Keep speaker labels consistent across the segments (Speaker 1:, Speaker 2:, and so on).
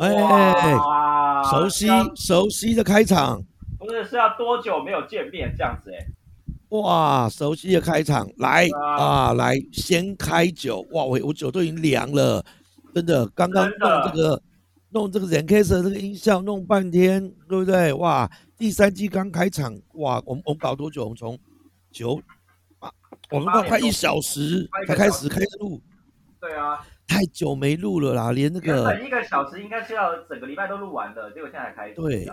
Speaker 1: 哎
Speaker 2: 哇
Speaker 1: 熟悉
Speaker 2: 要
Speaker 1: 熟悉的开场，
Speaker 2: 不是是要多久没有见面这样子哎、
Speaker 1: 哇，熟悉的开场，来
Speaker 2: 啊
Speaker 1: 啊，来，先开酒，哇，我我酒都已经凉了，真的，刚刚
Speaker 2: 真
Speaker 1: 弄这
Speaker 2: 的
Speaker 1: 个弄这个 z e n c a s e 这个音效弄半天，对不对？哇，第三季刚开场，哇，我们我们搞多久？我们从九啊，我们
Speaker 2: 八
Speaker 1: 到
Speaker 2: 点
Speaker 1: 快
Speaker 2: 多
Speaker 1: 一小时
Speaker 2: 快一
Speaker 1: 才
Speaker 2: 个
Speaker 1: 开
Speaker 2: 小
Speaker 1: 始开录，
Speaker 2: 对啊，
Speaker 1: 太久没录了啦，连那
Speaker 2: 原
Speaker 1: 个
Speaker 2: 本一个小时应该是要整个礼拜都录完的，结果现在才开始。
Speaker 1: 对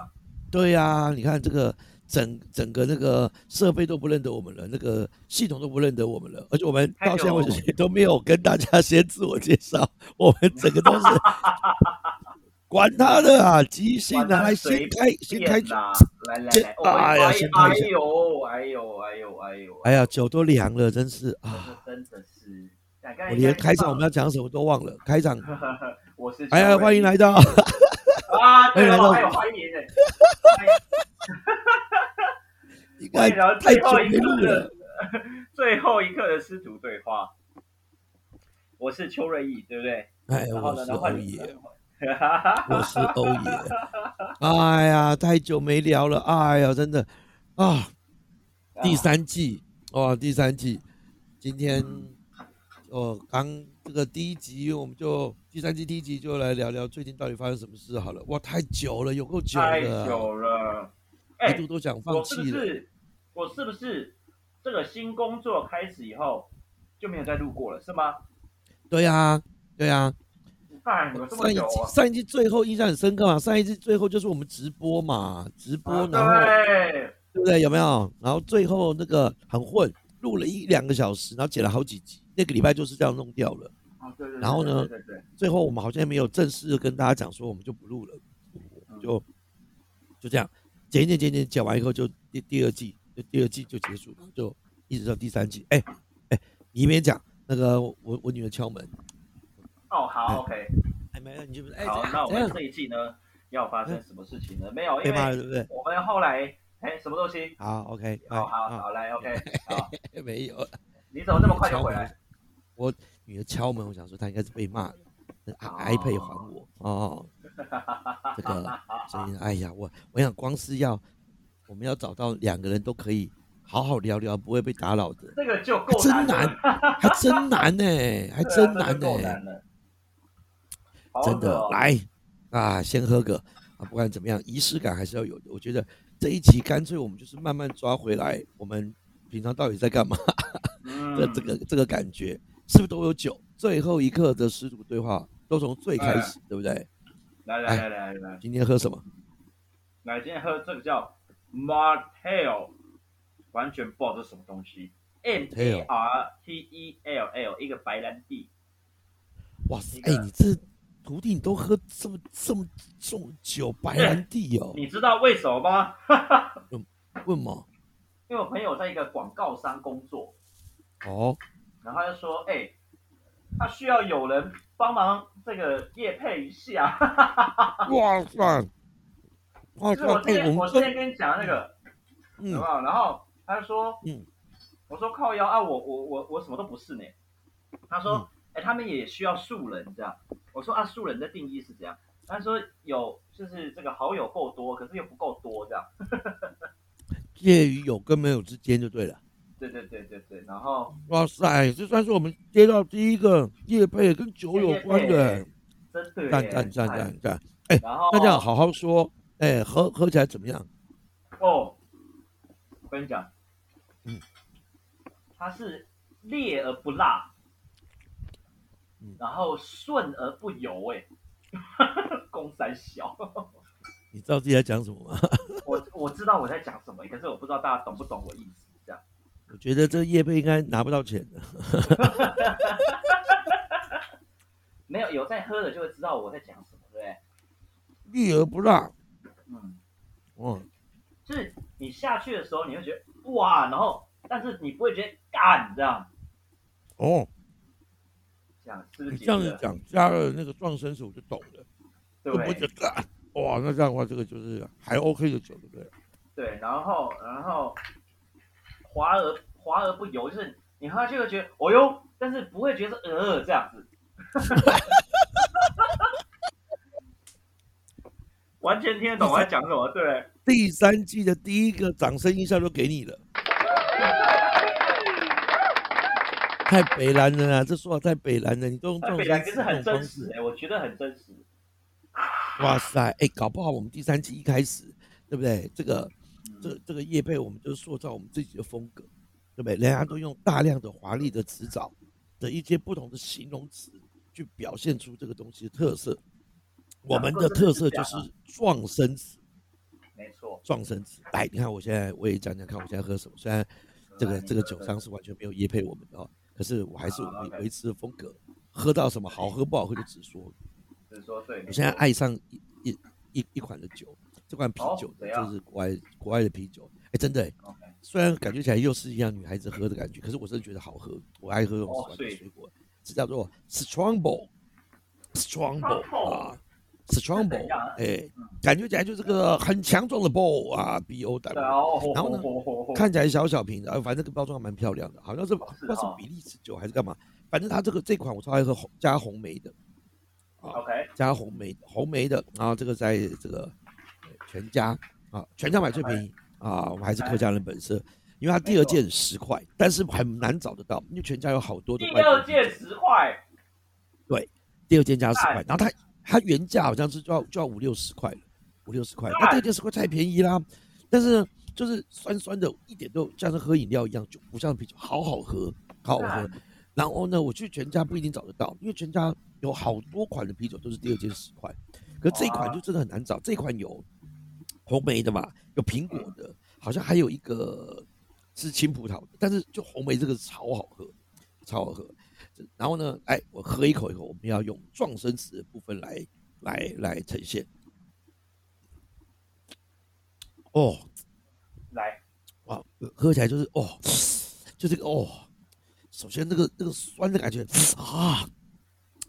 Speaker 1: 对呀、你看这个整整个那个设备都不认得我们了，那个系统都不认得我们了，而且我们到现在为
Speaker 2: 太久
Speaker 1: 止也都没有跟大家先自我介绍， 我们整个都 是管他的啊，即兴
Speaker 2: 管
Speaker 1: 的，
Speaker 2: 他
Speaker 1: 来
Speaker 2: 随
Speaker 1: 先开先开
Speaker 2: 天哪！来来
Speaker 1: 先
Speaker 2: 来，我们
Speaker 1: 哎呀先看
Speaker 2: 哎
Speaker 1: 一下
Speaker 2: 呦哎呦哎呦哎呦！
Speaker 1: 哎呀，酒都凉了，真是啊！
Speaker 2: 这真的是，哎
Speaker 1: 我连开场我们要讲什么都忘了，开 场，
Speaker 2: 要，我是
Speaker 1: 哎呀，欢迎来 到，
Speaker 2: 啊，
Speaker 1: 欢
Speaker 2: 对
Speaker 1: 迎来到
Speaker 2: 哦，还有欢迎哎，
Speaker 1: 应该
Speaker 2: 欢迎来到
Speaker 1: 太
Speaker 2: 最
Speaker 1: 久
Speaker 2: 后一
Speaker 1: 没录
Speaker 2: 刻
Speaker 1: 了
Speaker 2: 的， 最后一刻的师徒对话。我是邱瑞义，对不对？
Speaker 1: 哎，
Speaker 2: 然后
Speaker 1: 我
Speaker 2: 呢，
Speaker 1: 是欧
Speaker 2: 然后换你
Speaker 1: 爷
Speaker 2: 了。。哈哈哈
Speaker 1: 我是欧爷。哎呀，太久没聊了，哎呀，真的啊，第
Speaker 2: 啊
Speaker 1: 三季哇，第三季，今天哦，刚这个第一集我们就第三季第一集就来聊聊最近到底发生什么事好了。哇，太久了，有够久
Speaker 2: 太
Speaker 1: 了，
Speaker 2: 久了，
Speaker 1: 一
Speaker 2: 哎、
Speaker 1: 度都想放
Speaker 2: 我是不
Speaker 1: 弃了。
Speaker 2: 是我是不是这个新工作开始以后就没有再录过了，是吗？
Speaker 1: 对呀、对呀、
Speaker 2: 哎，有这么
Speaker 1: 上一
Speaker 2: 久
Speaker 1: 季
Speaker 2: 啊？
Speaker 1: 上一季最后印象很深刻嘛，上一季最后就是我们直播嘛，直播
Speaker 2: 啊
Speaker 1: 然后。
Speaker 2: 哦对，
Speaker 1: 对不对？有没有？然后最后那个很混，录了一两个小时，然后剪了好几集，那个礼拜就是这样弄掉了。
Speaker 2: 哦对对对
Speaker 1: 然后呢
Speaker 2: 对对对，
Speaker 1: 最后我们好像没有正式的跟大家讲说我们就不录了，我
Speaker 2: 嗯
Speaker 1: 们就就这样剪一剪剪一剪，剪完以后就第第二季，就第二季就结束了，就一直到第三季。哎哎，你一边讲那个我我女儿敲门，
Speaker 2: 哦好，OK，
Speaker 1: 哎没有，你就哎
Speaker 2: 好，
Speaker 1: 怎
Speaker 2: 那
Speaker 1: 样
Speaker 2: 我
Speaker 1: 怎
Speaker 2: 们
Speaker 1: 样
Speaker 2: 这一季呢要发生什么事情呢？没有，
Speaker 1: 被
Speaker 2: 因
Speaker 1: 骂
Speaker 2: 为
Speaker 1: 了对不对？
Speaker 2: 我们后来哎什么东西？
Speaker 1: 好，OK，哎
Speaker 2: 好好
Speaker 1: 啊
Speaker 2: 好，来 OK，好，
Speaker 1: 没有。
Speaker 2: 你怎么这么快就回来？
Speaker 1: 我女儿敲门，我想说她应该是被骂了，那
Speaker 2: 哦
Speaker 1: i iPad 还我哦。这个，所以哎呀，我我想光是要我们要找到两个人都可以好好聊聊，不会被打扰的，
Speaker 2: 这个就
Speaker 1: 还
Speaker 2: 够
Speaker 1: 真
Speaker 2: 了
Speaker 1: 难， 还真难呢、还
Speaker 2: 对啊
Speaker 1: 真
Speaker 2: 这
Speaker 1: 难
Speaker 2: 就
Speaker 1: 呢、
Speaker 2: 够难了，好
Speaker 1: 真
Speaker 2: 恶
Speaker 1: 的
Speaker 2: 哦
Speaker 1: 来啊，先喝个啊，不管怎么样，仪式感还是要有的。我觉得这一集干脆我们就是慢慢抓回来，我们平常到底在干嘛？
Speaker 2: 嗯
Speaker 1: 这这个这个感觉是不是都有酒？最后一刻的师徒对话都从最开始，
Speaker 2: 哎
Speaker 1: 对不对？
Speaker 2: 来来
Speaker 1: 哎
Speaker 2: 来来来
Speaker 1: 今天喝什么？
Speaker 2: 来，今天喝这个叫 Martell，完全不知道这是什么东西，M A R T E L L，一个白兰地，
Speaker 1: 哇塞
Speaker 2: 一，个
Speaker 1: 哎，你这徒弟你都喝这么这么重酒，白兰地哦？
Speaker 2: 你知道为什么吗？嗯
Speaker 1: 问嘛？
Speaker 2: 因为我朋友在一个广告商工作，
Speaker 1: 哦，
Speaker 2: 然后他就说，哎、他需要有人帮忙这个业配一下，
Speaker 1: 哇塞，哇
Speaker 2: 就是我
Speaker 1: 塞，
Speaker 2: 之
Speaker 1: 哎，
Speaker 2: 前
Speaker 1: 我
Speaker 2: 我
Speaker 1: 们
Speaker 2: 之
Speaker 1: 这
Speaker 2: 前跟你讲那个，有
Speaker 1: 嗯
Speaker 2: 没，有？然后他就说，
Speaker 1: 嗯
Speaker 2: 我说靠腰啊，我我我我什么都不是呢。他说，
Speaker 1: 嗯
Speaker 2: 哎、他们也需要素人这样。我说啊，素人的定义是怎样？他说有，就是这个好友够多，可是又不够多这样。
Speaker 1: 介于有跟没有之间就对了。
Speaker 2: 对对对对对，然后
Speaker 1: 哇塞，这算是我们接到第一个叶配跟酒有关的，
Speaker 2: 真的
Speaker 1: 赞
Speaker 2: 耶
Speaker 1: 赞
Speaker 2: 哎
Speaker 1: 赞赞赞！
Speaker 2: 然后
Speaker 1: 大家好好说，哎，喝喝起来怎么样？
Speaker 2: 哦，我跟你讲，
Speaker 1: 嗯，
Speaker 2: 它是烈而不辣，
Speaker 1: 嗯
Speaker 2: 然后顺而不油，哎， 公三小。
Speaker 1: 你知道自己在讲什么吗？
Speaker 2: 我我知道我在讲什么，可是我不知道大家懂不懂我意思。这样，
Speaker 1: 我觉得这叶配应该拿不到钱的。
Speaker 2: 没有有在喝的就会知道我在讲什么，对不对？
Speaker 1: 立而不辣，
Speaker 2: 嗯，
Speaker 1: 嗯，
Speaker 2: 就是你下去的时候，你会觉得哇，然后但是你不会觉得干这样，
Speaker 1: 哦，
Speaker 2: 这样是不
Speaker 1: 你
Speaker 2: 是
Speaker 1: 这样子
Speaker 2: 解释了
Speaker 1: 讲，加了那个撞生死我就懂了，
Speaker 2: 对
Speaker 1: 就
Speaker 2: 不
Speaker 1: 不会
Speaker 2: 对
Speaker 1: 觉？得啊哇，那这样的话，这个就是还 OK 的酒，对不对？
Speaker 2: 对，然后然后滑而滑而不油，就是你喝下去会觉得哦哟，但是不会觉得是呃这样子。 完全听得懂我在讲什么，对。
Speaker 1: 第三季的第一个掌声音效都给你了，太北蓝了啦！这说法太北蓝了，你都用这
Speaker 2: 那
Speaker 1: 种
Speaker 2: 北兰
Speaker 1: 方
Speaker 2: 其
Speaker 1: 式
Speaker 2: 实很
Speaker 1: 这种
Speaker 2: 真
Speaker 1: 方式
Speaker 2: 实哎、我觉得很真实。
Speaker 1: 哇塞，哎、搞不好我们第三季一开始，对不对？这个
Speaker 2: 嗯
Speaker 1: 这这个叶配，我们就塑造我们自己的风格，对不对？人家都用大量的华丽的词藻的一些不同的形容词去表现出这个东西的特色。我们的特色就是
Speaker 2: 啊
Speaker 1: 撞声词，
Speaker 2: 没错，
Speaker 1: 撞声词。来，你看我现在我也讲讲看，我现在喝什么？虽然
Speaker 2: 嗯
Speaker 1: 这个这个酒商是完全没有叶配我们的哦，可是我还是我们维持的风格，喝到什么好喝不好喝就直说。
Speaker 2: 只是说对。
Speaker 1: 我现在爱上一一一一款的酒，这款啤酒
Speaker 2: 哦
Speaker 1: 呢
Speaker 2: 怎样
Speaker 1: 就是国外国外的啤酒，哎，真的，
Speaker 2: o k
Speaker 1: 虽然感觉起来又是一样女孩子喝的感觉，可是我真的觉得好喝，我爱喝这种
Speaker 2: 哦
Speaker 1: 酸
Speaker 2: 所
Speaker 1: 的
Speaker 2: 以
Speaker 1: 水果，是叫做 Strongbow，Strongbow 啊，Strongbow，
Speaker 2: 样啊
Speaker 1: 哎，感觉起来就是个很强壮的 bow 啊，B O
Speaker 2: 对
Speaker 1: W，
Speaker 2: 哦，
Speaker 1: 然后呢
Speaker 2: 呢
Speaker 1: 看起来小小瓶的，哎，反正这个包装还蛮漂亮的，好像是不知道
Speaker 2: 哦
Speaker 1: 是比利时酒还是干嘛，反正它这个这款我超爱喝红加红梅的。
Speaker 2: ，OK，
Speaker 1: 加红梅红梅的，然后这个在这个呃全家啊，全家买最便宜啊，我们还是客家人本色，因为它第二件十块，但是很难找得到，因为全家有好多的
Speaker 2: 第
Speaker 1: 外国
Speaker 2: 二
Speaker 1: 人
Speaker 2: 件十块，
Speaker 1: 第二件加十
Speaker 2: 哎
Speaker 1: 块，然后它它原价好像是就要就要五六十块了，五六十块，
Speaker 2: 哎
Speaker 1: 那第二件十块太便宜啦，但是呢就是酸酸的，一点都像是喝饮料一样，就不像啤酒，好好喝，好好喝
Speaker 2: 哎。
Speaker 1: 然后呢，我去全家不一定找得到，因为全家有好多款的啤酒都是第二件十块，可这一款
Speaker 2: 哇
Speaker 1: 就真的很难找，这一款有红梅的嘛，有苹果的，好像还有一个是青葡萄的，但是就红梅这个超好喝，超好喝。这然后呢，哎，我喝一口以后，我们要用撞声词的部分来来来呈现。哦，
Speaker 2: 来，
Speaker 1: 哇，喝起来就是哦，就这个哦，首先那个那个酸的感觉啊，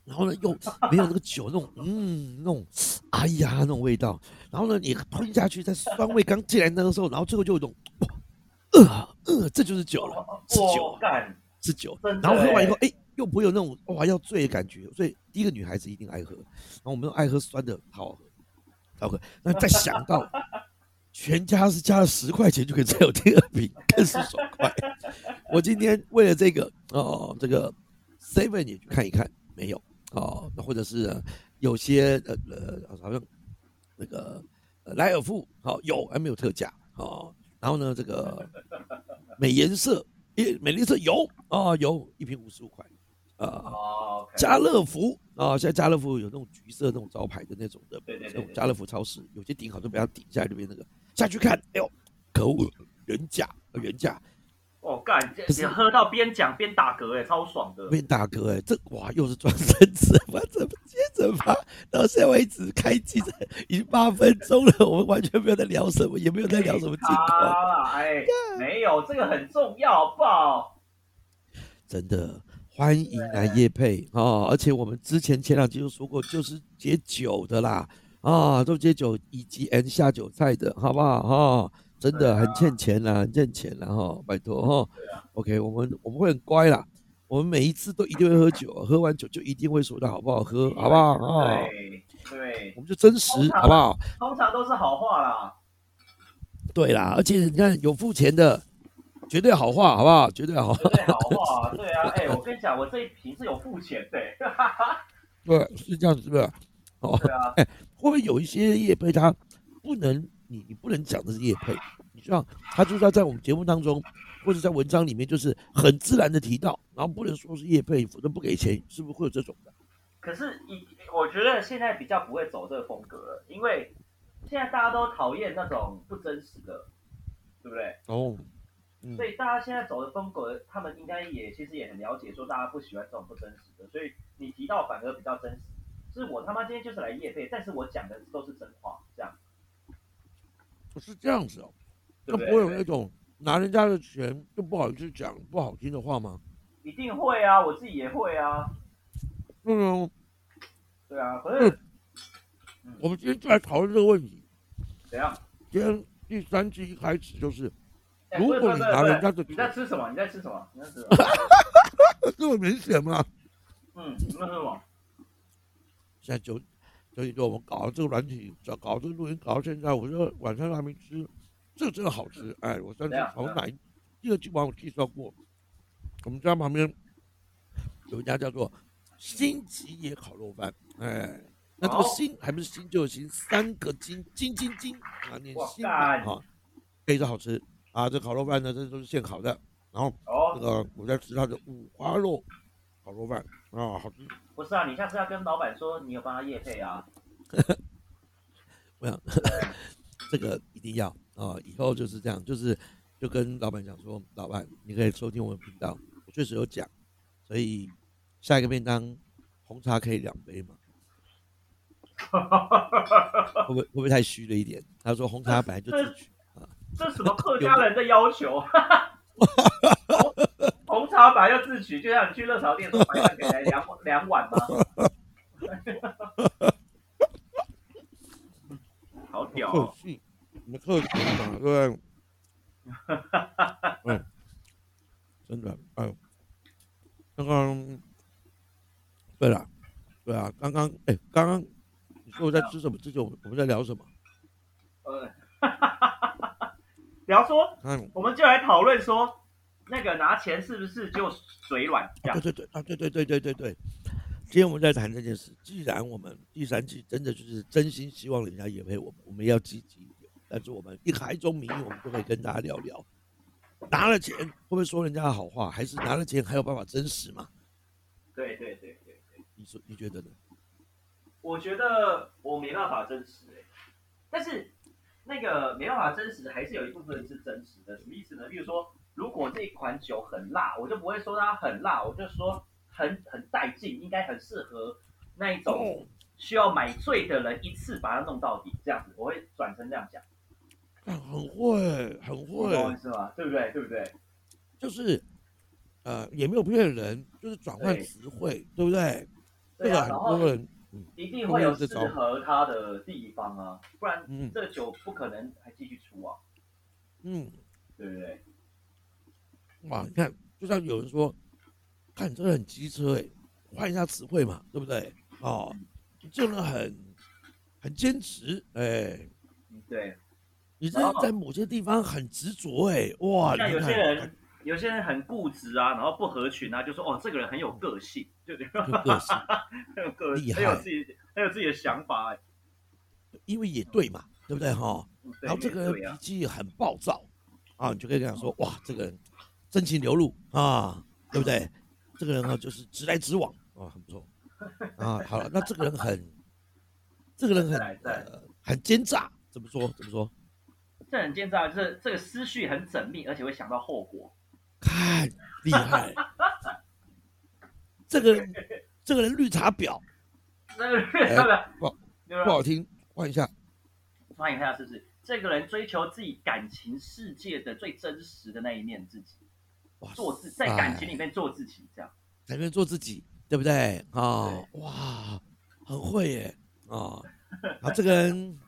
Speaker 1: 然后呢又没有那个酒那种嗯那种哎呀那种味道，然后呢你吞下去，在酸味刚进来那个时候，然后最后就有一种呃呃，这就是酒了，是酒
Speaker 2: 我。干，
Speaker 1: 是酒，
Speaker 2: 真
Speaker 1: 然
Speaker 2: 的
Speaker 1: 后喝完以后，
Speaker 2: 欸
Speaker 1: 哎、又不会有那种哇要醉的感觉。所以第一个女孩子一定爱喝，然后我们又爱喝酸的，好好喝，好喝。那再想到全家是加了十块钱就可以再有第二瓶，更是爽快。我今天为了这个哦，这个 Seven 也去看一看，没有哦，那或者是呃有些呃呃，好像那个呃莱尔富好、有还没有特价哦，然后呢这个美颜色也美丽色有啊、有一瓶五十五块啊，
Speaker 2: 哦，OK，
Speaker 1: 家乐福啊、现在家乐福有那种橘色那种招牌的那种的，
Speaker 2: 对对对
Speaker 1: 那种
Speaker 2: 对
Speaker 1: 家乐福超市有些顶好都被它顶下来，就变那个下去看，哎呦，可恶，原价呃原价
Speaker 2: 我哦干，这
Speaker 1: 不是
Speaker 2: 你喝到边讲边打嗝，哎，超爽的。
Speaker 1: 变大哥哎、这哇又是转身子，我怎么接着发？到现在为止开机才已经八分钟了，我们完全没有在聊什么，也没有在聊什么近况。
Speaker 2: 啊，哎，没有，这个很重要，好不好？
Speaker 1: 真的欢迎来夜配哦！而且我们之前前两集就说过，就是解酒的啦，啊，都解酒以及 N 下酒菜的，好不好？哈、真
Speaker 2: 对
Speaker 1: 的
Speaker 2: 啊
Speaker 1: 很欠钱啦，很欠钱啦，哈、拜托哈、OK，我们我们会很乖啦，我们每一次都一定会喝酒，喝完酒就一定会说它好不好喝，好不好？啊、
Speaker 2: 对对，
Speaker 1: 我们就真实，好不好？
Speaker 2: 通常都是好话啦。
Speaker 1: 对啦，而且你看有付钱的，绝对好话，好不好？绝对好话
Speaker 2: 对，不对？好话、啊，对啊，哎、我跟你讲，我这一瓶是有付钱的、欸
Speaker 1: 对，是这样子的，哦。
Speaker 2: 对啊，
Speaker 1: 会不会有一些业配他不能你你不能讲的是业配，你知道他就是要在我们节目当中或者在文章里面就是很自然的提到，然后不能说是业配，否则不给钱，是不是会有这种的？
Speaker 2: 可是一我觉得现在比较不会走这个风格了，因为现在大家都讨厌那种不真实的，对不对？
Speaker 1: 哦，嗯
Speaker 2: 所以大家现在走的风格，他们应该也其实也很了解，说大家不喜欢这种不真实的，所以你提到反而比较真实。是我他妈今天就是来夜配，但是我讲的都是真话，这样
Speaker 1: 是这样子哦，那
Speaker 2: 对不
Speaker 1: 不
Speaker 2: 对？
Speaker 1: 会有那种拿人家的钱就不好意思讲不好听的话吗？
Speaker 2: 一定会啊，我自己也会啊，
Speaker 1: 嗯，
Speaker 2: 对啊。可是
Speaker 1: 我们今天就来讨论这个问题。
Speaker 2: 怎样？
Speaker 1: 今天第三季一开始就是，
Speaker 2: 哎
Speaker 1: 如果
Speaker 2: 不是不是
Speaker 1: 你拿
Speaker 2: 不是
Speaker 1: 人家的
Speaker 2: 你在吃什么？你在吃什么？你在吃什么？
Speaker 1: 这么明显吗？
Speaker 2: 嗯，你在吃什么？
Speaker 1: 现在九所以说我们搞这个软体，搞搞这个录音，搞到现在，我说晚上还没吃，这个真的好吃，哎，我上次
Speaker 2: 对啊
Speaker 1: 好哪一第二季把我介绍过，我们家旁边有一家叫做新吉野烤肉饭，哎，那这个
Speaker 2: 好
Speaker 1: 新还不是新旧的新，三个金金金金啊，念
Speaker 2: 哇
Speaker 1: 新的
Speaker 2: 干
Speaker 1: 啊，非常好吃啊，这烤肉饭呢，这都是现烤的，然后这
Speaker 2: 哦，
Speaker 1: 个我在吃它的五花肉烤肉饭啊，好吃。
Speaker 2: 不是啊，你下次要跟老板说你有帮他夜配啊。
Speaker 1: 我想这个一定要啊、以后就是这样，就是就跟老板讲说，老板你可以收听我们频道，我确实有讲，所以下一个便当红茶可以两杯嘛，会不会会不会太虚了一点？他说红茶本来就自取，
Speaker 2: 这是什么客家人的要求？ 红红茶白要自取，就像你去热炒店说白饭给来两两碗吗？ 好屌、
Speaker 1: 客
Speaker 2: 哦！
Speaker 1: 气，你们客气嘛，啊对不对？嗯，真的，哎呦，刚刚，对了，对啊，刚刚，哎，刚刚你说我在吃什么？之前我们我们在聊什么？
Speaker 2: 呃， 聊说，
Speaker 1: 看。
Speaker 2: 我们就来讨论说，那个拿钱是不是就嘴软这样
Speaker 1: 对？对对啊，对对对对对对。今天我们在谈这件事，既然我们第三季真的就是真心希望人家也配我们，我们要积极一点。但是我们一开宗明义，我们就可以跟大家聊聊，拿了钱会不会说人家的好话，还是拿了钱还有办法真实嘛？
Speaker 2: 对对对对，
Speaker 1: 你说你觉得呢？
Speaker 2: 我觉得我没办法真实、欸，但是那个没办法真实，还是有一部分是真实的。什么意思呢？比如说，如果这款酒很辣，我就不会说它很辣，我就说很很带劲，应该很适合那一
Speaker 1: 哦
Speaker 2: 种需要买醉的人一次把它弄到底，这样子我会转成这样讲，
Speaker 1: 啊很会，很
Speaker 2: 你懂我意
Speaker 1: 会，
Speaker 2: 思吗？对不对？对不对？
Speaker 1: 就是呃，也没有骗人，就是转换
Speaker 2: 对
Speaker 1: 词汇，对不对？这
Speaker 2: 对
Speaker 1: 个
Speaker 2: 啊，
Speaker 1: 很
Speaker 2: 然
Speaker 1: 多
Speaker 2: 后
Speaker 1: 人，嗯
Speaker 2: 一定会有适合它的地方啊，不然
Speaker 1: 嗯
Speaker 2: 这个酒不可能还继续出啊，
Speaker 1: 嗯，
Speaker 2: 对不对？嗯
Speaker 1: 哇，你看，就像有人说，看你这个人很机车哎、换一下词汇嘛，对不对？哦，你这个人很很坚持哎、
Speaker 2: 嗯，对。
Speaker 1: 你这人在某些地方很执着哎、哇，
Speaker 2: 像
Speaker 1: 你
Speaker 2: 哦有
Speaker 1: 看
Speaker 2: 些
Speaker 1: 看
Speaker 2: 人，有些人很固执啊，然后不合群啊，就说哦，这个人很有个性，就
Speaker 1: 有个性，
Speaker 2: 很有个
Speaker 1: 嗯厉
Speaker 2: 性，
Speaker 1: 害
Speaker 2: 很有自己很有自己的想法、欸。
Speaker 1: 因为也对嘛，对不对哈、
Speaker 2: 嗯对
Speaker 1: 然后这个
Speaker 2: 对
Speaker 1: 人
Speaker 2: 啊
Speaker 1: 脾，气很暴躁啊，你就可以跟他
Speaker 2: 哦
Speaker 1: 说，哇，这个人真情流露啊，对不对？这个人啊，就是直来直往啊，很不错啊。好了，那这个人很，这个人很
Speaker 2: 再来再来
Speaker 1: 呃很奸诈，怎么说？怎么说？
Speaker 2: 这很奸诈，这这个思绪很缜密，而且会想到后果。
Speaker 1: 看厉害，这个人这个人绿茶婊，哎
Speaker 2: 那个对吧
Speaker 1: 不好
Speaker 2: 对
Speaker 1: 不
Speaker 2: 吧？
Speaker 1: 好听，换一下。
Speaker 2: 翻译一下是不是？这个人追求自己感情世界的最真实的那一面自己，
Speaker 1: 哇
Speaker 2: 做自在感情里面做自己，这样
Speaker 1: 才能做自己，对不对？啊、哇，很会耶！ 啊、啊，这个人，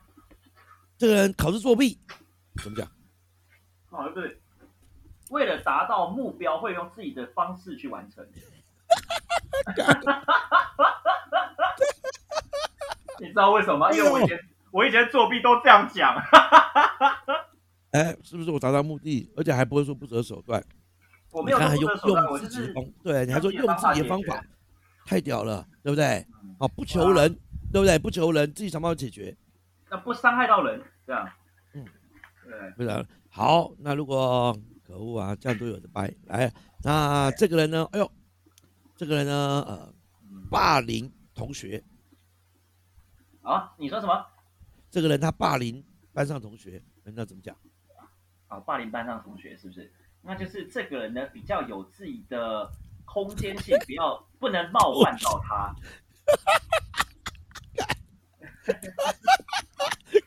Speaker 1: 这个人考试作弊，怎么讲？
Speaker 2: 哦，对。为了达到目标，会用自己的方式去完 成。你知道为什么吗？因为我以前我以前作弊都这样讲，
Speaker 1: 哎，是不是我达到目的，而且还不会说不择手段？
Speaker 2: 我没
Speaker 1: 你
Speaker 2: 有
Speaker 1: 看还
Speaker 2: 用
Speaker 1: 用
Speaker 2: 这手段，我
Speaker 1: 用
Speaker 2: 就
Speaker 1: 自己
Speaker 2: 是
Speaker 1: 的方，对，你还说
Speaker 2: 用
Speaker 1: 用
Speaker 2: 自己
Speaker 1: 自
Speaker 2: 的
Speaker 1: 己的
Speaker 2: 方
Speaker 1: 方
Speaker 2: 法
Speaker 1: 法，太屌了，对不对
Speaker 2: 嗯？
Speaker 1: 啊，不求人，对不对？不求人，自己想办法解决，
Speaker 2: 那不伤害到人，这样。
Speaker 1: 嗯
Speaker 2: 对，
Speaker 1: 不然好，那如果可恶啊，这样都有的掰。来，那这个人呢？哎呦，这个人呢？呃，
Speaker 2: 嗯
Speaker 1: 霸凌同学，
Speaker 2: 啊，你说什么？
Speaker 1: 这个人他霸凌班上同学，哎那怎么讲？
Speaker 2: 啊，霸凌班上同学是不是？那就是这个人呢，比较有自己的空间性，不要不能冒犯到他。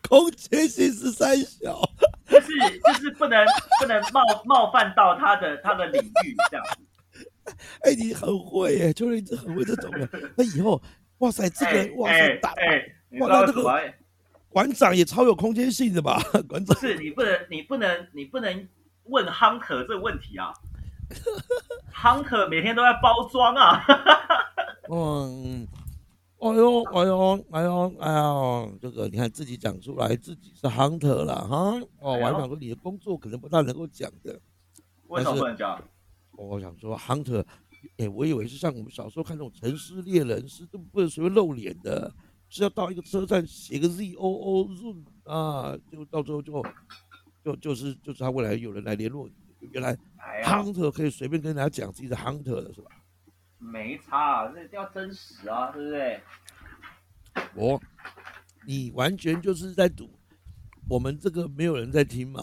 Speaker 1: 空间性是三小，
Speaker 2: 就是就是不能不能冒冒犯到他的他的领域这样。
Speaker 1: 哎，你很会耶，邱瑞这很会这种的。那以后，哇塞，这个
Speaker 2: 哎
Speaker 1: 人，哇
Speaker 2: 哎
Speaker 1: 塞，打
Speaker 2: 哎，你知
Speaker 1: 哇
Speaker 2: 道
Speaker 1: 那
Speaker 2: 什
Speaker 1: 这个
Speaker 2: 么？哎
Speaker 1: 馆长也超有空间性的吧？馆
Speaker 2: 不
Speaker 1: 长，
Speaker 2: 是你不能你不能你不能问亨可这个问题 啊。亨可每天都在包装啊，
Speaker 1: 嗯，哎呦，哎呦，哎呦，哎呦，这个你看自己讲出来，自己是 hunter 啦，哈，哦，
Speaker 2: 哎
Speaker 1: 我还想说你的工作可能不大能够讲的，
Speaker 2: 为什么不能讲？
Speaker 1: 我想说 hunter，哎，我以为是像我们小时候看那种《城市猎人》是都不能随便露脸的，是要到一个车站写个 Z O O Zoom 啊，就到最后就就就是就是他未来有人来联络你，原来
Speaker 2: 哎呀，
Speaker 1: hunter 可以随便跟人家讲自己是 hunter 的是吧？
Speaker 2: 没差、啊，这一定要真实啊，对不对？
Speaker 1: 我，你完全就是在赌，我们这个没有人在听嘛。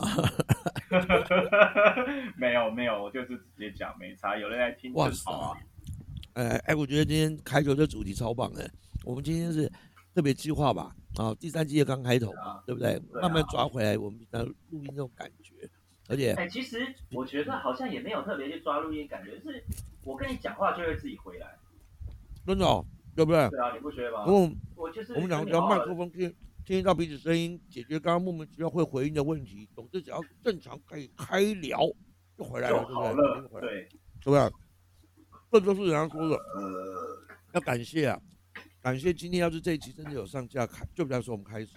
Speaker 2: 哎没有没有，我就是直接讲，没差，有人来听
Speaker 1: 哇
Speaker 2: 正好啊。
Speaker 1: 哎哎，我觉得今天开头这主题超棒的。我们今天是特别计划吧？啊，第三季也刚开头嘛，对不对？
Speaker 2: 对啊
Speaker 1: 慢慢抓回来，我们的录音这种感觉，而且
Speaker 2: 哎、其实我觉得好像也没有特别去抓录音，感觉是我跟你讲话就会自己回来。
Speaker 1: 真的、哦，对不对？
Speaker 2: 对啊，你不觉得吗
Speaker 1: 如？果我们
Speaker 2: 我就是
Speaker 1: 我们两个
Speaker 2: 跟
Speaker 1: 只
Speaker 2: 你好
Speaker 1: 要
Speaker 2: 好
Speaker 1: 麦
Speaker 2: 地
Speaker 1: 克风听听得到彼此声音，解决刚刚莫名其妙会回音的问题，总之只要正常可以开聊就回来了，
Speaker 2: 就
Speaker 1: 对不
Speaker 2: 好
Speaker 1: 对？
Speaker 2: 了
Speaker 1: 就回，来了
Speaker 2: 对，
Speaker 1: 对不对？这就是人家说的。
Speaker 2: 呃，
Speaker 1: 要感谢啊，感谢今天要是这一集真的有上架开，就比方说我们开始，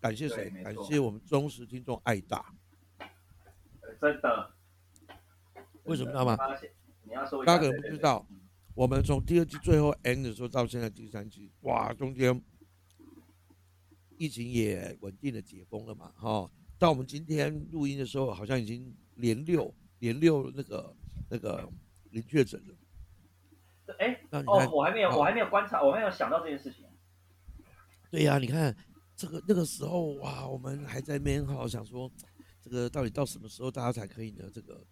Speaker 1: 感谢谁
Speaker 2: 对没？
Speaker 1: 感
Speaker 2: 错
Speaker 1: 谢我们忠实听众爱大。
Speaker 2: 呃真的。
Speaker 1: 为什么知道吗
Speaker 2: 发现？你要说一下
Speaker 1: 大家可能不知，道，我们从第二季最后 end 的时候到现在第三季，哇，中间疫情也稳定的解封了嘛，哈、到我们今天录音的时候，好像已经连六连六那个那个零确诊了。
Speaker 2: 对对对哎、
Speaker 1: 那你看
Speaker 2: 哦，，我还没有，我还没有观察，我还没有想到这件事情。
Speaker 1: 对呀、你看这个那个时候哇，我们还在那边哈，想说这个到底到什么时候大家才可以呢？这个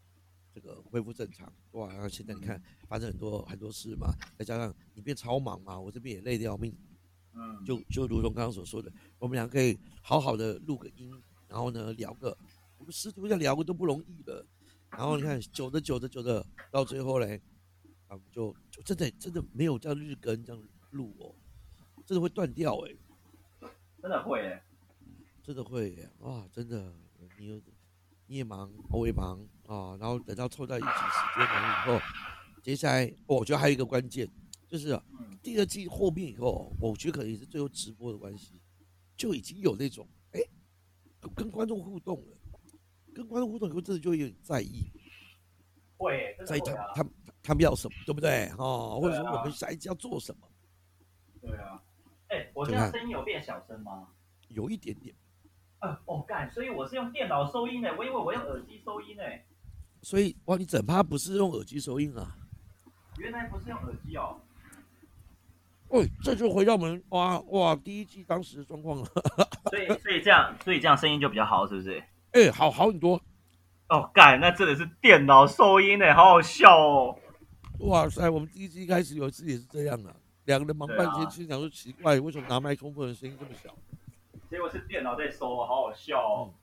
Speaker 1: 这个恢复正常哇！然后现在你看发生很多很多事嘛，再加上你变超忙嘛，我这边也累得要命，
Speaker 2: 嗯，
Speaker 1: 就就如同刚刚所说的，我们俩可以好好的录个音，然后呢聊个，我们师徒要聊个都不容易了。然后你看，久着久着久着，到最后嘞，啊，我们就就真的真的没有这样日更这样录哦，真的会断掉哎、
Speaker 2: 真的会、欸，
Speaker 1: 真的会耶哇，真的，你有你也忙，我也忙啊，然后等到凑在一起时间忙以后，接下来哦我觉得还有一个关键就是啊
Speaker 2: 嗯
Speaker 1: 第二季后面以后，我觉得可能也是最后直播的关系，就已经有那种哎跟跟观众互动了，跟观众互动以后真的就有点在意，
Speaker 2: 会、欸，真的
Speaker 1: 在意
Speaker 2: 会
Speaker 1: 他
Speaker 2: 啊，
Speaker 1: 他他们要什么，对不对？哦，或者
Speaker 2: 对
Speaker 1: 说
Speaker 2: 啊
Speaker 1: 我们下一季要做什么，
Speaker 2: 对啊。哎、我
Speaker 1: 就
Speaker 2: 这样
Speaker 1: 看
Speaker 2: 声音有变小声吗？
Speaker 1: 有一点点，
Speaker 2: 啊，哦，干，所以我是用电脑收音的、我以为我用耳机收音呢、
Speaker 1: 所以哇，你整趴不是用耳机收音啊？
Speaker 2: 原来不是用耳机哦。
Speaker 1: 喂，这就回到我们哇哇第一季当时的状况了。
Speaker 2: 所以所以这样，所以这样声音就比较好，是不是？
Speaker 1: 哎、好好很多。
Speaker 2: 哦，干，那真的是电脑收音呢，好好笑哦。
Speaker 1: 哇塞，我们第一季一开始有一次也是这样啊，两个人忙半
Speaker 2: 对
Speaker 1: 天，
Speaker 2: 啊
Speaker 1: 心想说奇怪，为什么拿麦克风的声音这么小？
Speaker 2: 结果是电脑在收，好好笑哦。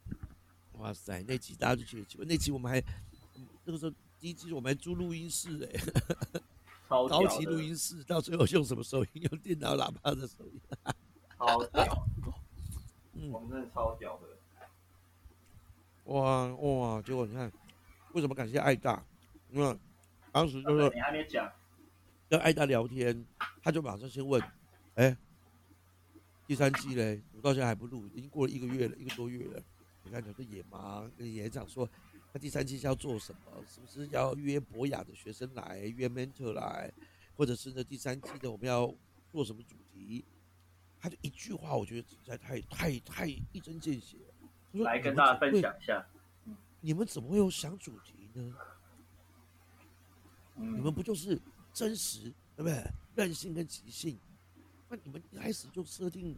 Speaker 1: 哇塞，那集大家就觉得奇怪，那集我们还嗯那个时候第一季我们还租录音室哎、
Speaker 2: 超屌
Speaker 1: 高
Speaker 2: 的
Speaker 1: 级录，音室，到最后用什么收音？用电脑喇叭的收音。
Speaker 2: 超屌，我
Speaker 1: 嗯，
Speaker 2: 们真的超屌的。
Speaker 1: 哇哇，结果你看，为什么感谢爱大？因为当时就是
Speaker 2: 你还没讲，
Speaker 1: 跟艾达聊天，他就马上先问：“哎、第三季嘞，我到现在还不录，已经过了一个月了，一个多月了。你看，讲这也忙，跟也讲说，那第三季是要做什么？是不是要约博雅的学生来，约 mentor 来，或者是呢，第三季的我们要做什么主题？”他就一句话，我觉得实在太太太一针见血了。他说
Speaker 2: 来
Speaker 1: 你
Speaker 2: 跟
Speaker 1: 们
Speaker 2: 大
Speaker 1: 怎
Speaker 2: 家
Speaker 1: 么
Speaker 2: 分
Speaker 1: 会
Speaker 2: 享一下。
Speaker 1: 你们怎么会有想主题呢？
Speaker 2: 嗯
Speaker 1: 你们不就是真实，对不对？任性跟即兴，那你们一开始就设定，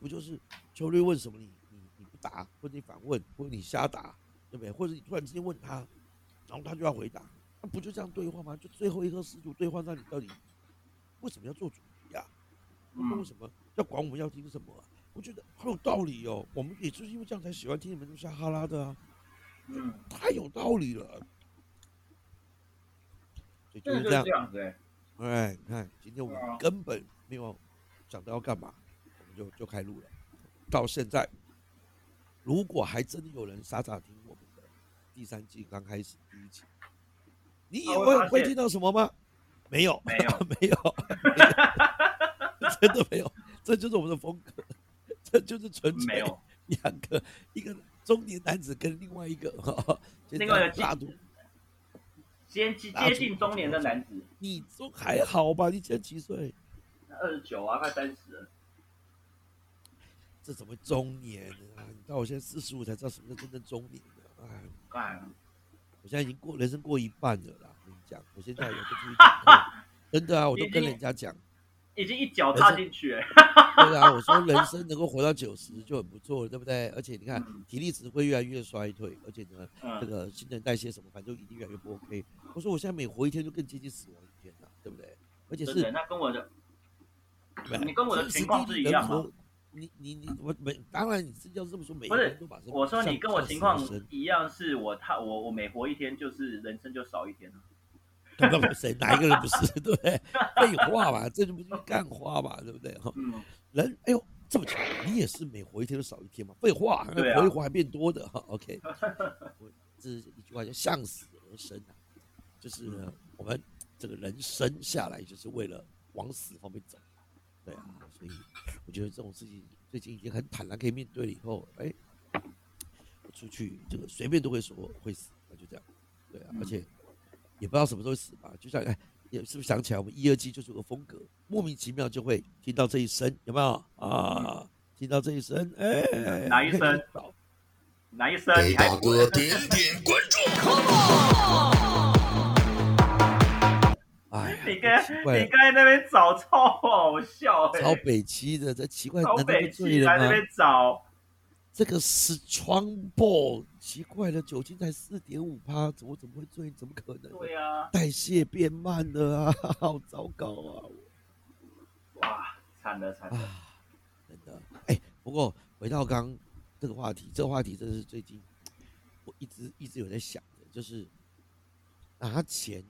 Speaker 1: 不就是球队问什么你你你不答，或者你反问，或者你瞎答，对不对？或者你突然之间问他，然后他就要回答，那不就这样对话吗？就最后一刻试图对话，那你到底为什么要做主题呀、那为
Speaker 2: 嗯
Speaker 1: 什么要管我们要听什么啊、我觉得很有道理哦。我们也就是因为这样才喜欢听你们这么瞎哈拉的啊，
Speaker 2: 嗯，
Speaker 1: 太有道理了。所以就
Speaker 2: 真的
Speaker 1: 是
Speaker 2: 就
Speaker 1: 这样
Speaker 2: 是这。样子哎。
Speaker 1: 哎，你看，今天我
Speaker 2: 对啊
Speaker 1: 们根本没有想到要干嘛，我们就就开录了。到现在，如果还真的有人傻傻听我们的第三季刚开始第一集，你
Speaker 2: 他
Speaker 1: 也
Speaker 2: 会
Speaker 1: 会
Speaker 2: 啊发
Speaker 1: 会
Speaker 2: 现
Speaker 1: 听到什么吗？没有，
Speaker 2: 没有
Speaker 1: 没有，真的没有，这就是我们的风格，这就是纯粹
Speaker 2: 没有
Speaker 1: 两个，一个中年男子跟另外一个哈，
Speaker 2: 另外一个
Speaker 1: 大肚，
Speaker 2: 接近接近中年的男子，
Speaker 1: 你都还好吧？你现在几岁？
Speaker 2: 二十九啊，快三十了。
Speaker 1: 这怎么中年啊？你到我现在四十五才知道什么叫真正中年的、哎，
Speaker 2: 哎，
Speaker 1: 我现在已经过人生过一半了啦！我跟你讲，我现在有都出去讲课，真的啊，我都跟人家讲，
Speaker 2: 已经一脚踏进去了。
Speaker 1: 对啊，我说人生能够活到九十就很不错了，对不对？而且你看
Speaker 2: 嗯
Speaker 1: 体力值会越来越衰退，而且呢，这
Speaker 2: 嗯，
Speaker 1: 个新陈代谢什么，反正一定越来越不 OK。我说我现在每活一天就更接近死亡一天了、对不对？而且
Speaker 2: 真
Speaker 1: 是
Speaker 2: 的，那跟我的你跟我的
Speaker 1: 天时
Speaker 2: 情况
Speaker 1: 地
Speaker 2: 是
Speaker 1: 利
Speaker 2: 一
Speaker 1: 人
Speaker 2: 样
Speaker 1: 和
Speaker 2: 吗
Speaker 1: 你你你我每当然你是要这么说，每
Speaker 2: 不
Speaker 1: 个
Speaker 2: 是
Speaker 1: 人都把这个
Speaker 2: 我说
Speaker 1: 向
Speaker 2: 你跟我
Speaker 1: 向
Speaker 2: 情
Speaker 1: 死
Speaker 2: 况
Speaker 1: 而生
Speaker 2: 一样，是我他我我每活一天就是人生就少一天了。
Speaker 1: 干嘛不谁哪一个人不是 对不对？废话嘛，这就不是干话嘛，对不对？哈，
Speaker 2: 嗯，
Speaker 1: 人哎呦这么巧，你也是每活一天都少一天嘛？废话，
Speaker 2: 对啊
Speaker 1: 活一活还变多的哈。OK，我这是一句话叫向死而生啊，就是呢我们这个人生下来就是为了往死方面走，对啊，所以我觉得这种事情最近已经很坦然可以面对了。以后哎，我出去这个随便都会说会死，那就这样，对啊，
Speaker 2: 嗯
Speaker 1: 而且也不知道什么时候会死吧，就像哎。也是不是想起来我们一二季就是有个风格，莫名其妙就会听到这一声，有没有啊？听到这一声，哎，
Speaker 2: 哪一声
Speaker 1: 可以去找？
Speaker 2: 哪一生
Speaker 3: 给
Speaker 2: 你还
Speaker 3: 大哥点点关注。
Speaker 1: 哎呀，
Speaker 2: 你刚
Speaker 1: 奇
Speaker 2: 你
Speaker 1: 怪，
Speaker 2: 刚才那边找超好笑哎、
Speaker 1: 超北七的，这奇怪，难
Speaker 2: 超
Speaker 1: 道
Speaker 2: 北
Speaker 1: 被
Speaker 2: 气
Speaker 1: 醉
Speaker 2: 来
Speaker 1: 了
Speaker 2: 那
Speaker 1: 吗？
Speaker 2: 边找，
Speaker 1: 这个 Strongbow 奇怪了，酒精才四点五趴，怎么怎么会醉？怎么可能？
Speaker 2: 对啊，
Speaker 1: 代谢变慢了啊， 好糟糕啊！
Speaker 2: 哇，惨了惨了，
Speaker 1: 啊，真的。哎、不过回到刚这个话题，这个话题真的是最近我一直一直有在想的，就是拿钱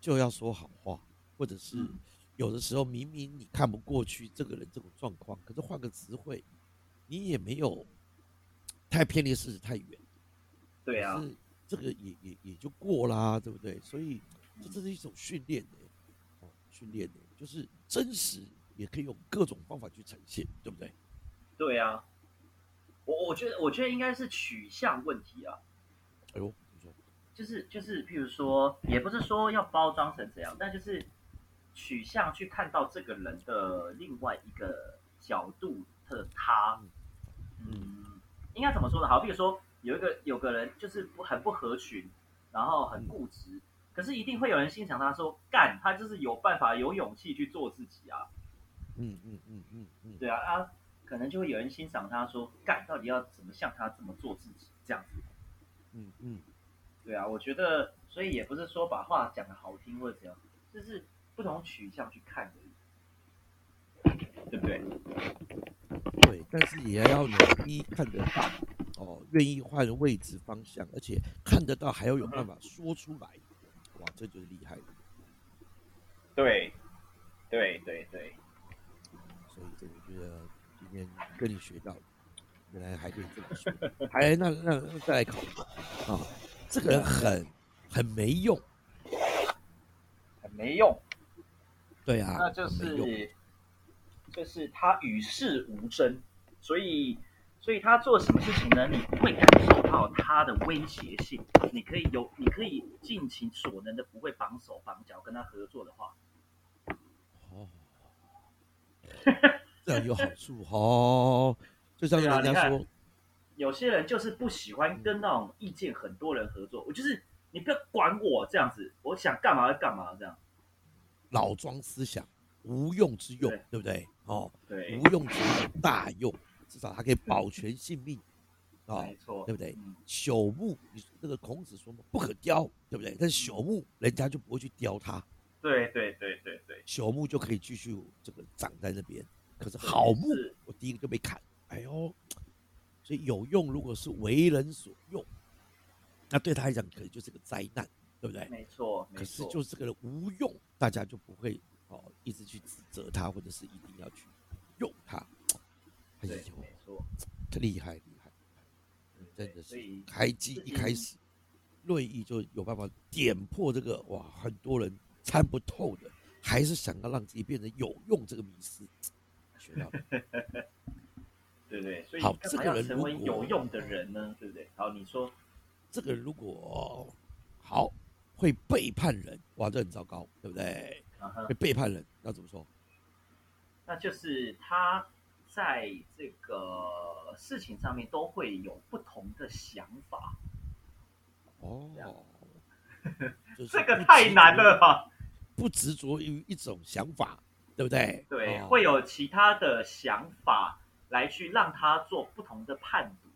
Speaker 1: 就要说好话，或者是
Speaker 2: 嗯
Speaker 1: 有的时候明明你看不过去这个人这种状况，可是换个词汇，你也没有太偏离事实太远。
Speaker 2: 对啊
Speaker 1: 可，是这个也也也就过啦，对不对？所以这
Speaker 2: 嗯
Speaker 1: 这是一种训练的、哦，训练的、就是真实也可以用各种方法去呈现，对不对？
Speaker 2: 对啊，我我觉得我觉得应该是取向问题啊，
Speaker 1: 哎呦，怎么说？
Speaker 2: 就是就是，譬如说，也不是说要包装成怎样，但就是取向去看到这个人的另外一个角度的他，嗯，应该怎么说呢？好，譬如说有一个有个人就是不很不合群，然后很固执，可是一定会有人欣赏他说干，他就是有办法有勇气去做自己啊，
Speaker 1: 嗯嗯嗯嗯嗯，
Speaker 2: 对啊啊，可能就会有人欣赏他说干，到底要怎么像他这么做自己这样子。
Speaker 1: 嗯嗯，
Speaker 2: 对啊，我觉得，所以也不是说把话讲的好听或者怎样，就是不同取向去看而已，对不对？
Speaker 1: 对，但是也要你一看得到，哦，愿意换位置方向，而且看得到还要有办法说出来，哇，这就是厉害的。
Speaker 2: 对，对对对，
Speaker 1: 所以这我觉得今天跟你学到了，原来还可以这么说。还那那那再来考一个啊，这个人很很没用，
Speaker 2: 很没用，
Speaker 1: 对啊，
Speaker 2: 那就
Speaker 1: 很没用
Speaker 2: 是就是他与世无争，所以所以他做什么事情呢？你不会感受到他的威胁性，你可以有，你可以尽其所能的，不会绑手绑脚跟他合作的话，
Speaker 1: 哦，这样有好处哦。就像
Speaker 2: 对啊
Speaker 1: 人家
Speaker 2: 你
Speaker 1: 说，
Speaker 2: 有些人就是不喜欢跟那种意见很多人合作，我就是你不要管我这样子，我想干嘛就干嘛这样。
Speaker 1: 老庄思想无用之用
Speaker 2: 对，
Speaker 1: 对不对？哦，
Speaker 2: 对，
Speaker 1: 无用之用大用，至少它 可以保全性命啊。哦
Speaker 2: 没错，
Speaker 1: 对不对
Speaker 2: 嗯，
Speaker 1: 朽木，你那个孔子说嘛，不可雕，对不对？但是朽木，人家就不会去雕它，
Speaker 2: 对对对对对，
Speaker 1: 朽木就可以继续这个长在那边。可是好木
Speaker 2: 是，
Speaker 1: 我第一个就被砍，哎呦，所以有用如果是为人所用，那对他来讲可能就是个灾难，对不对？
Speaker 2: 没错，没
Speaker 1: 哎可是
Speaker 2: 错，
Speaker 1: 就是这个人无用，大家就不会哦一直去指责他，或者是一定要去用他。哎
Speaker 2: 对，
Speaker 1: 呦，
Speaker 2: 没错，
Speaker 1: 这厉害厉害，真的
Speaker 2: 所
Speaker 1: 是
Speaker 2: 以
Speaker 1: 开机
Speaker 2: 最
Speaker 1: 一
Speaker 2: 近
Speaker 1: 开始，瑞意就有办法点破这个哇，很多人参不透的，还是想要让自己变成有用这个迷思，学到了
Speaker 2: 对不对？所以
Speaker 1: 好
Speaker 2: 干
Speaker 1: 这
Speaker 2: 嘛
Speaker 1: 个
Speaker 2: 要
Speaker 1: 人
Speaker 2: 成
Speaker 1: 如
Speaker 2: 为
Speaker 1: 果
Speaker 2: 有用的人呢？对不对？好，你说
Speaker 1: 这个人如果好会背叛人，哇，这很糟糕，对不对？
Speaker 2: 啊哈
Speaker 1: 会，背叛人，那怎么说？
Speaker 2: 那就是他在这个事情上面都会有不同的想法，这样
Speaker 1: 哦，就是
Speaker 2: 这个
Speaker 1: 不
Speaker 2: 太
Speaker 1: 执
Speaker 2: 难
Speaker 1: 着
Speaker 2: 了吧？
Speaker 1: 不执着于一种想法，对不对？
Speaker 2: 对，
Speaker 1: 哦
Speaker 2: 会有其他的想法来去让他做不同的判读。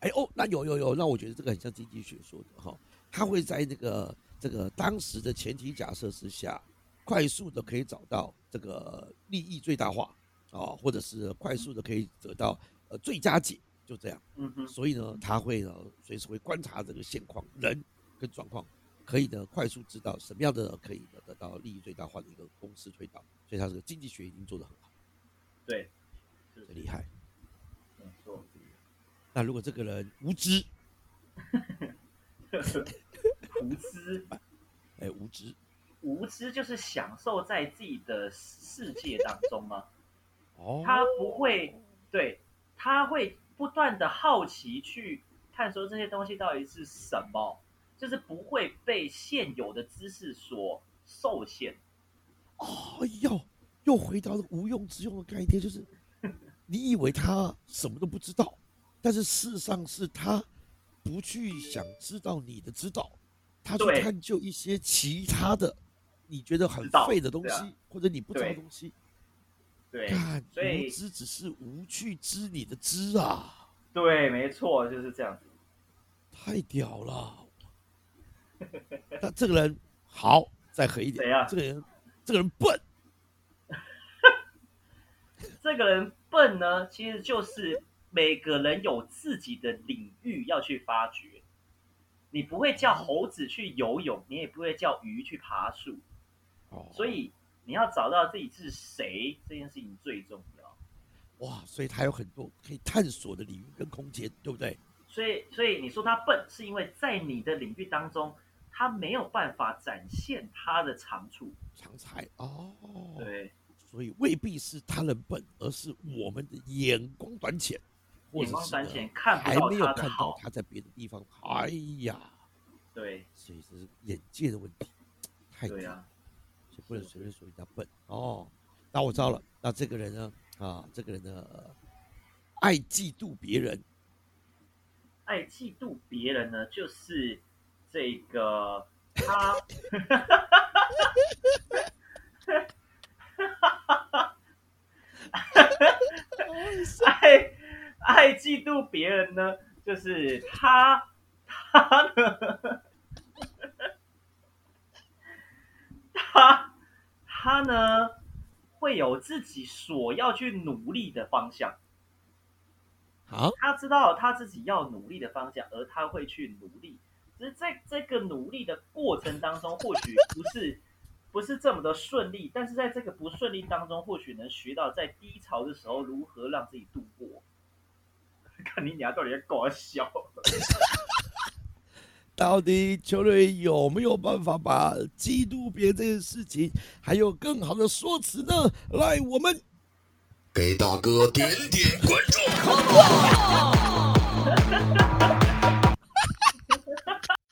Speaker 1: 哎哦，那有有有，那我觉得这个很像经济学说的哈、他会在那个这个当时的前提假设之下，快速的可以找到这个利益最大化啊、或者是快速的可以得到呃最佳解，就这样。
Speaker 2: 嗯哼，
Speaker 1: 所以呢，他会呢随时会观察这个现况、人跟状况，可以呢快速知道什么样的可以呢得到利益最大化的一个公司推导。所以他这个经济学已经做得很好，
Speaker 2: 对，是
Speaker 1: 很厉害。
Speaker 2: 没错。
Speaker 1: 那如果这个人无知，
Speaker 2: 无知，
Speaker 1: 哎，无知
Speaker 2: 无知就是享受在自己的世界当中吗？
Speaker 1: 哦
Speaker 2: 他不会，对，他会不断的好奇去探索这些东西到底是什么，就是不会被现有的知识所受限。
Speaker 1: 哎呦，又回到了无用之用的概念，就是 你以为他什么都不知道，但是事实上是他不去想知道你的知道，他去
Speaker 2: 对
Speaker 1: 探究一些其他的你觉得很
Speaker 2: 知道
Speaker 1: 废的东
Speaker 2: 对啊
Speaker 1: 西，或者你不知道的
Speaker 2: 对
Speaker 1: 东西。
Speaker 2: 对，
Speaker 1: 看，
Speaker 2: 所以
Speaker 1: 无知只是无趣知你的知啊，
Speaker 2: 对，没错，就是这样子。
Speaker 1: 太屌了。那这个人好，再狠一点
Speaker 2: 怎样，
Speaker 1: 这个人，这个人笨，
Speaker 2: 这个人笨呢，其实就是每个人有自己的领域要去发掘。你不会叫猴子去游泳，你也不会叫鱼去爬树，
Speaker 1: 哦
Speaker 2: 所以你要找到自己是谁，这件事情最重要。
Speaker 1: 哇，所以他有很多可以探索的领域跟空间，对不对？
Speaker 2: 所以，所以你说他笨，是因为在你的领域当中，他没有办法展现他的长处。
Speaker 1: 常才哦，，
Speaker 2: 对，
Speaker 1: 所以未必是他人笨，而是我们的眼光短浅，或者
Speaker 2: 眼光
Speaker 1: 是
Speaker 2: 短
Speaker 1: 呢
Speaker 2: 浅看不
Speaker 1: 还
Speaker 2: 到
Speaker 1: 没有
Speaker 2: 他的
Speaker 1: 看到
Speaker 2: 好。
Speaker 1: 他在别的地方。哎呀，
Speaker 2: 对，
Speaker 1: 所以这是眼界的问题，太低
Speaker 2: 对
Speaker 1: 了
Speaker 2: 啊，嗯
Speaker 1: 所以不能随便说人家笨哦。那我知道了，那这个人呢？啊，这个人呢，呃爱嫉妒别人，
Speaker 2: 爱嫉妒别人呢，就是这个他，爱爱嫉妒别人呢，就是他他呢，他他呢会有自己所要去努力的方向。
Speaker 1: 啊，
Speaker 2: 他知道他自己要努力的方向，而他会去努力。只是在这个努力的过程当中，或许不是不是这么的顺利，但是在这个不顺利当中，或许能学到在低潮的时候如何让自己度过。 看你俩到底在搞笑，
Speaker 1: 到底球队有没有办法把嫉妒别人这件事情，还有更好的说辞呢？来，我们
Speaker 3: 给大哥点点关注。
Speaker 4: Come on!